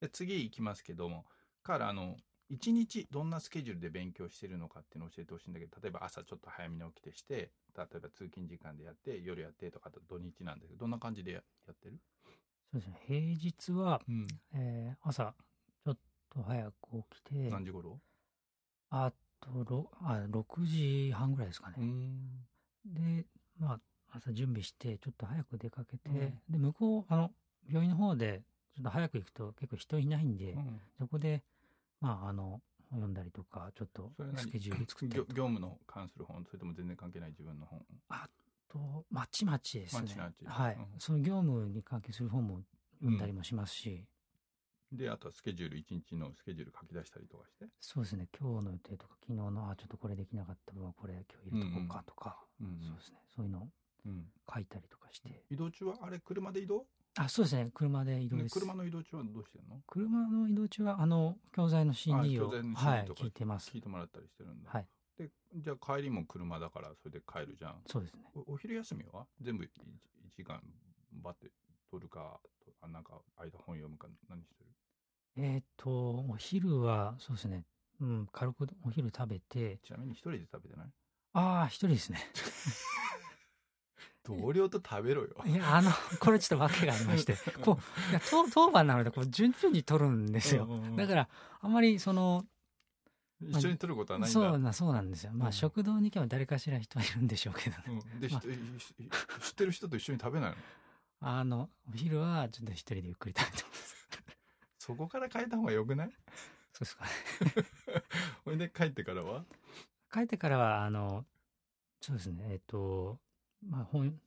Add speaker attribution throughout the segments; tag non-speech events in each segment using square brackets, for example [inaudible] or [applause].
Speaker 1: で次行きますけども、からあの、一日どんなスケジュールで勉強してるのかっていうのを教えてほしいんだけど、例えば朝ちょっと早めに起きてして、例えば通勤時間でやって、夜やってとか、あと土日なんだけど、どんな感じでややってる
Speaker 2: そうですね。平日は、
Speaker 1: うん。
Speaker 2: えー朝、ちょっと早く起きて、
Speaker 1: 何時頃
Speaker 2: あとろあ、6時半ぐらいですか
Speaker 1: う
Speaker 2: ね。
Speaker 1: ん。
Speaker 2: で、まあ、朝準備して、ちょっと早く出かけて、
Speaker 1: うん
Speaker 2: で、向こう、あの、病院の方で、ちょっと早く行くと結構人いないんで、
Speaker 1: うん
Speaker 2: そこで、まあ、あの、読んだりとか、ちょっと
Speaker 1: それは何
Speaker 2: スケジュール作った
Speaker 1: 業業
Speaker 2: りとか、
Speaker 1: 務の関する本、それとも全然関係ない自分の本。
Speaker 2: と、まちまちですね。
Speaker 1: まちまち
Speaker 2: はい。
Speaker 1: うん
Speaker 2: その業務に関係する本も読んだりもしますし、
Speaker 1: で、あとはスケジュール、一日のスケジュール書き出したりとかして。
Speaker 2: そうですね、今日の予定とか、昨日の、あ、ちょっとこれできなかった分はこれ今日入れとこうかとか、
Speaker 1: うんうん
Speaker 2: そうですね、そういうのを
Speaker 1: うん。
Speaker 2: 書いたりとかして。
Speaker 1: 移動中は、あれ、車で移動
Speaker 2: あ、そうですね、車で移動で
Speaker 1: ね
Speaker 2: す。
Speaker 1: 車の移動中はどうしてんの
Speaker 2: 車の移動中は、あの、教材の CD
Speaker 1: あ
Speaker 2: を、
Speaker 1: 教材の CD
Speaker 2: はい、
Speaker 1: とか
Speaker 2: 聞いてます
Speaker 1: 聞い。てもらったりしてるんだ。
Speaker 2: はい。
Speaker 1: で、じゃあ帰りも車だから、それで帰るじゃん。
Speaker 2: そうですね。
Speaker 1: おお昼休みは全部1時間バッて取るか、とあなんか間本読むか何してる
Speaker 2: えっ、と、お昼は、そうですね、うん、軽くお昼食べて、
Speaker 1: ちなみに一人で食べてない
Speaker 2: ああ、一人ですね。
Speaker 1: [laughs] 同僚と食べろよ。、
Speaker 2: いや、あの、これちょっと訳がありまして、こう、いや、当当番なので、こう、順々に取るんですよ。だからら、あんまり、その、
Speaker 1: 一緒に取ることはないんだ。
Speaker 2: そうな、そうなんですよ。まあ、
Speaker 1: うん
Speaker 2: 食堂に行けば誰かしら人はいるんでしょうけどね。 [laughs]
Speaker 1: うんで、
Speaker 2: まあ
Speaker 1: ひひひ知ってる人と一緒に食べないの
Speaker 2: あの、お昼はちょっと一人でゆっくり食べてます。
Speaker 1: そこから変えた方がよくない [laughs]
Speaker 2: そうですかね。 [laughs]
Speaker 1: ほいで帰ってからは
Speaker 2: 帰ってからは、あの、そうですね、えっと、まあ本、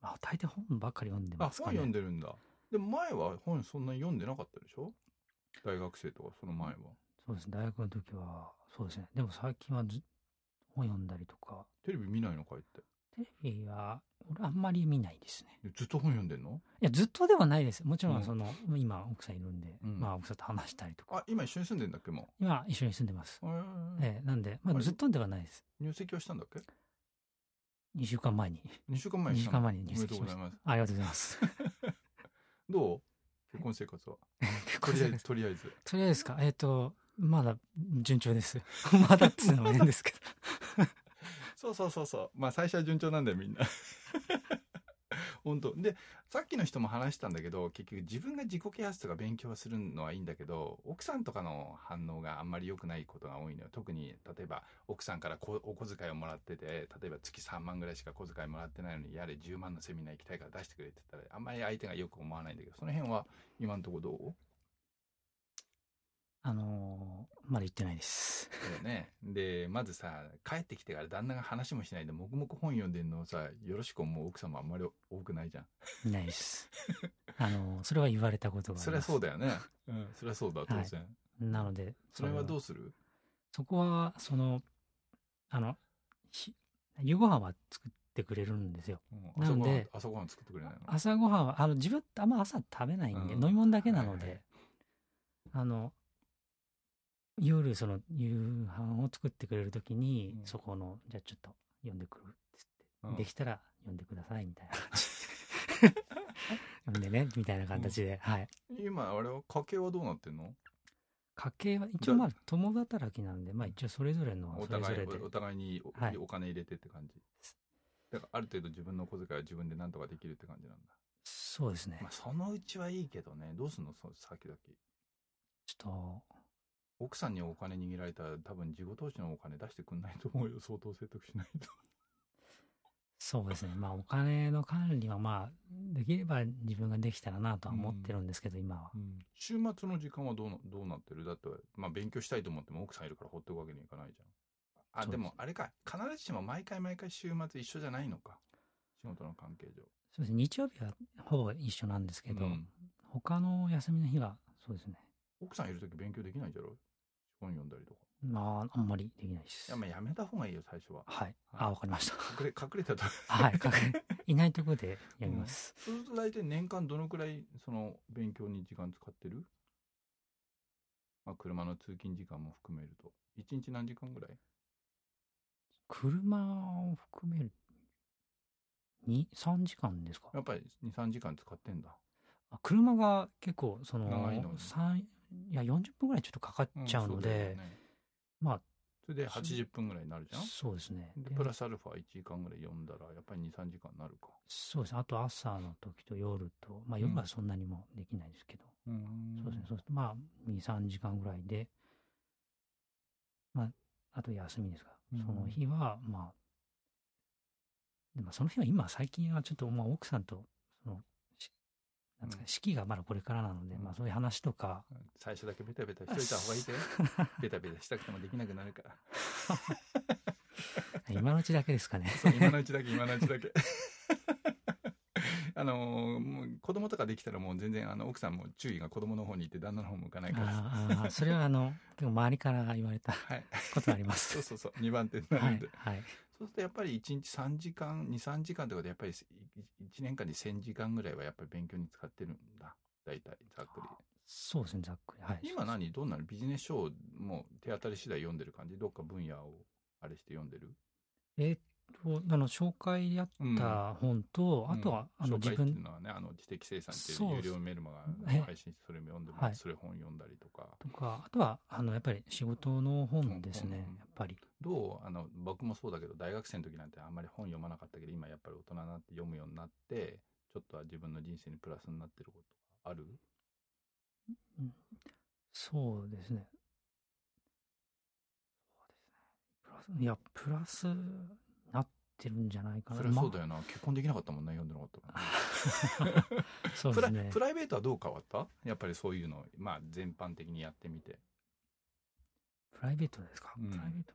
Speaker 2: まあ大抵本ばっかり読んで
Speaker 1: あ、
Speaker 2: ま
Speaker 1: 本
Speaker 2: すか
Speaker 1: 読ん
Speaker 2: ね。
Speaker 1: でるんだ。でも前は本そんなに読んでなかったでしょ大学生とかその前は。
Speaker 2: そうですね、大学の時は、そうですね。でも最近はず本読んだりとか、
Speaker 1: テレビ見ないのかいって。
Speaker 2: テレビは、俺あんまり見ないですね。
Speaker 1: ずっと本読んでんの
Speaker 2: いや、ずっとではないです。もちろ
Speaker 1: うん
Speaker 2: ん、その、今、奥さんいるんで、
Speaker 1: うん
Speaker 2: まあ、奥さんと話したりとか、
Speaker 1: あ、今一緒に住んでんだっけも
Speaker 2: 今、一緒に住んでます。
Speaker 1: う。へー
Speaker 2: ええ、なんで、ま
Speaker 1: あ
Speaker 2: あ、
Speaker 1: れ
Speaker 2: ずっとではないです。
Speaker 1: 入籍はしたんだっけ
Speaker 2: 2週間前に。
Speaker 1: 二週間前
Speaker 2: 2
Speaker 1: にし
Speaker 2: 週
Speaker 1: たの
Speaker 2: 間前に
Speaker 1: お
Speaker 2: 入
Speaker 1: めで
Speaker 2: 籍
Speaker 1: とう
Speaker 2: し
Speaker 1: ご
Speaker 2: ま
Speaker 1: ざい
Speaker 2: した
Speaker 1: ます。
Speaker 2: ありがとうございます。
Speaker 1: どう結婚生
Speaker 2: [laughs]
Speaker 1: 活は。
Speaker 2: 結
Speaker 1: と
Speaker 2: 構
Speaker 1: りあ [laughs] えず、とりあえず。
Speaker 2: とりあえずか、えっ、と、まだ順調です。 [laughs] まだっつうのも
Speaker 1: [laughs]
Speaker 2: 変ですけど。
Speaker 1: そうそうそうそう。まあ最初は順調なんだよ、みんな。 [laughs] 本当でさっきの人も話したんだけど結局自分が自己啓発とか勉強するのはいいんだけど奥さんとかの反応があんまり良くないことが多いのよ特に例えば奥さんからこお小遣いをもらってて例えば月3万ぐらいしか小遣いもらってないのにやれ10万のセミナー行きたいから出してくれって言ったらあんまり相手がよく思わないんだけどその辺は今のところどう
Speaker 2: あのーまだ言ってないです。
Speaker 1: だよね。で、まずさ、帰ってきてから旦那が話もしないで、黙々本読んでんのをさ、よろしく思う奥様あんまり多くないじゃん。
Speaker 2: いないです。
Speaker 1: [laughs]
Speaker 2: あのーそれは言われたことがあります。
Speaker 1: そりゃそうだよ
Speaker 2: [laughs]
Speaker 1: ね。うん、そりゃそうだ、当然。
Speaker 2: なので、
Speaker 1: それはど
Speaker 2: う
Speaker 1: うする
Speaker 2: そこは、その、あの、ひ夕ご飯は作ってくれるんですよ。
Speaker 1: うん
Speaker 2: な
Speaker 1: 朝
Speaker 2: ん
Speaker 1: ごはん
Speaker 2: で、
Speaker 1: 朝ごはん作ってくれないの
Speaker 2: 朝ご飯は、あの、自分ってあんま朝食べないんで、
Speaker 1: うん
Speaker 2: 飲み物だけなの
Speaker 1: はい
Speaker 2: で、
Speaker 1: はい
Speaker 2: あの、夜、その、夕飯を作ってくれるときに、
Speaker 1: うん
Speaker 2: そこの、じゃあちょっと、読んでくるって言
Speaker 1: う
Speaker 2: っ
Speaker 1: ん
Speaker 2: て、できたら、読んでください、みたいな感じ。 [laughs] 読んでね、みたいな形で、はい。
Speaker 1: 今、あれは家計はどうなってんの
Speaker 2: 家計は、一応まあ、共働きなんで、まあ一応それぞれのは
Speaker 1: お
Speaker 2: それぞ
Speaker 1: 互い
Speaker 2: れで、
Speaker 1: おお互いにお,、
Speaker 2: はい
Speaker 1: 金入れてって感じ。だからある程度自分の小遣いは自分で何とかできるって感じなんだ。
Speaker 2: そうですね
Speaker 1: まあ、。そのうちはいいけどね、どうすんのその先々。
Speaker 2: ちょっ
Speaker 1: 奥さんにお金握られたら多分自己投資のお金出してくんないと思うよ、相当説得しないと。
Speaker 2: と、そうですね。まあ、お金の管理は、まあ、できれば自分ができたらなとは思ってるんですけど、今は。
Speaker 1: 週末の時間はどうなどうなってるだって、まあ、勉強したいと思っても奥さんいるから放っておくわけにいかないじゃん。あ、
Speaker 2: そう
Speaker 1: で
Speaker 2: です
Speaker 1: もあれか、必ずしも毎回毎回週末一緒じゃないのか。仕事の関係上。
Speaker 2: そうですね。日曜日はほぼ一緒なんですけど、
Speaker 1: うん
Speaker 2: 他の休みの日は、そうですね。
Speaker 1: 奥さんいるとき勉強できないじゃろ本読んだりとか。
Speaker 2: まあ、あんまりできないで
Speaker 1: い
Speaker 2: す。
Speaker 1: や、まあ、やめた方がいいよ、最
Speaker 2: [laughs]
Speaker 1: 初は。
Speaker 2: はい。あ、わかりました。 [laughs]
Speaker 1: 隠れ、隠れたと。
Speaker 2: はい。かけいないところでやります。
Speaker 1: そうすると大体年間どのくらい、その、勉強に時間使ってるまあ、車の通勤時間も含めると。一日何時間ぐらい
Speaker 2: 車を含める、2、3時間ですか
Speaker 1: やっぱり2、3時間使ってんだ。
Speaker 2: あ車が結構、その、
Speaker 1: 長いの
Speaker 2: 3、いや、40分ぐらいちょっとかかっちゃうの
Speaker 1: んそだよ
Speaker 2: で、
Speaker 1: ね
Speaker 2: まあ、
Speaker 1: それで80分ぐらいになるじゃん
Speaker 2: そうですね。
Speaker 1: で
Speaker 2: で
Speaker 1: プラスアルファ1時間ぐらい読んだらやっぱり23時間になるか
Speaker 2: そうですね。あと朝の時と夜と、まあ
Speaker 1: うん
Speaker 2: 夜はそんなにもできないですけど、
Speaker 1: うん
Speaker 2: そうですね。そうするとまあ2、3時間ぐらいで、まあ、あと休みですが、
Speaker 1: うん
Speaker 2: その日はまあ、でもその日は今最近はちょっとまあ奥さんと、その、しなんですか
Speaker 1: う
Speaker 2: ね、式がまだこれからなので、
Speaker 1: うん
Speaker 2: まあそういう話とか、
Speaker 1: 最初だけベタベタしといた方がいいでベタベタしたくてもできなくなるから
Speaker 2: [laughs] 今のうちだけですかね。
Speaker 1: [laughs] そう今のうちだけ今のうちだけ [laughs] あのーもう子供とかできたらもう全然あの奥さんも注意が子供の方に行って旦那の方向かないから
Speaker 2: あーあー、それはあの、結構周りから言わ
Speaker 1: [laughs]
Speaker 2: れた
Speaker 1: はい
Speaker 2: ことありま
Speaker 1: そう
Speaker 2: す。
Speaker 1: そうそう2番手にな
Speaker 2: は
Speaker 1: るん
Speaker 2: い
Speaker 1: で、。
Speaker 2: はい。
Speaker 1: そうするとやっぱり1日3時間23時間ってことでやっぱり1年間に1000時間ぐらいはやっぱり勉強に使ってるんだ大体ざっくり
Speaker 2: そうですね、ざっくり。はい。
Speaker 1: 今何どんなのビジネス書をもう手当たり次第読んでる感じどっか分野をあれして読んでる
Speaker 2: えーっと、あの、紹介であっ
Speaker 1: うん
Speaker 2: た本と、あとは、あの、自
Speaker 1: 紹介っていう
Speaker 2: 分
Speaker 1: のはねあの知的生産って
Speaker 2: そう
Speaker 1: いう有料メルマが配信してそれも読んでもらって
Speaker 2: はい
Speaker 1: それ本読んだりとか、
Speaker 2: とか、あとは、あの、やっぱり仕事の本ですね
Speaker 1: うんうんうん、
Speaker 2: やっぱり。
Speaker 1: どうあの僕もそうだけど大学生の時なんてあんまり本読まなかったけど今やっぱり大人になって読むようになってちょっとは自分の人生にプラスになってることある
Speaker 2: そうですね。そうですね。プラス、いや、プラスなってるんじゃないかな。
Speaker 1: それはそうだ
Speaker 2: よ。
Speaker 1: よな結婚できなかったもんね読んでなかったもんね
Speaker 2: そう
Speaker 1: プ
Speaker 2: で
Speaker 1: ラ
Speaker 2: すね
Speaker 1: プ。ライベートはどう変わったやっぱりそういうの、まあ、全般的にやってみて。
Speaker 2: プライベートですか、
Speaker 1: うん
Speaker 2: プライベート。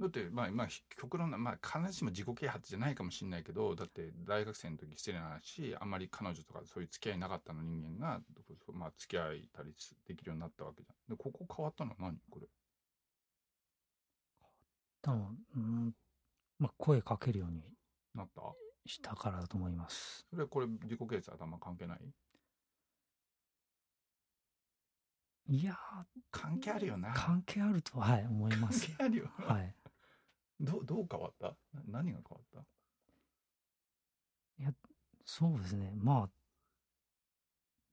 Speaker 1: だって、まあ、まあ、ひ極論な、まあ、必ずしも自己啓発じゃないかもしれないけど、だって、大学生の時失礼な話、あんまり彼女とかそういう付き合いなかったの人間が、まあ、付き合いたりすできるようになったわけじゃん。で、ここ変わったのは何これ。
Speaker 2: 多分、うん、まあ、声かけるように
Speaker 1: なった
Speaker 2: したからだと思います。
Speaker 1: それ、これ、自己啓発頭関係ない
Speaker 2: いや
Speaker 1: 関係あるよな。
Speaker 2: ー、関係あるとは、はい、思いま
Speaker 1: 関
Speaker 2: す。
Speaker 1: 係あるよな。
Speaker 2: はい。
Speaker 1: どう、どう変わったな何が変わった
Speaker 2: そうですね。まあ、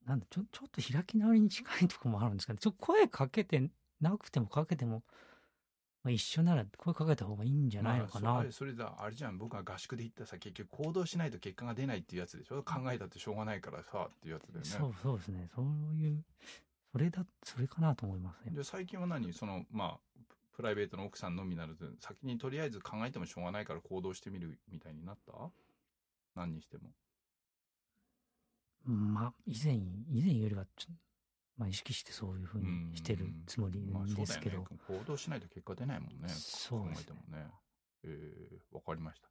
Speaker 2: なんだ、ちょ、ちょっと開き直りに近いとこもあるんですかね。ちょ、声かけてなくてもかけても、まあ、一緒なら声かけた方がいいんじゃないのかな。
Speaker 1: まあ、それそれだあれじゃん僕が合宿で行ったさ結局行動しないと結果が出ないっていうやつでしょ考えたってしょうがないからさっていうやつだ
Speaker 2: そ
Speaker 1: よね
Speaker 2: う、そうですね。そういう、それだ、それかなと思いますね。
Speaker 1: で最近は何そのまあププライベートの奥さんのみならず先にとりあえず考えてもしょうがないから行動してみるみたいになった何にしても
Speaker 2: まあ、以前、以前よりはちょ、まあ、意識してそういうふうにしてるつもり
Speaker 1: まあそう
Speaker 2: で
Speaker 1: だ
Speaker 2: す
Speaker 1: よ
Speaker 2: け
Speaker 1: ね
Speaker 2: ど。
Speaker 1: 行動しないと結果出ないもんね
Speaker 2: そうです
Speaker 1: 考え
Speaker 2: ね
Speaker 1: てもねえーわかりました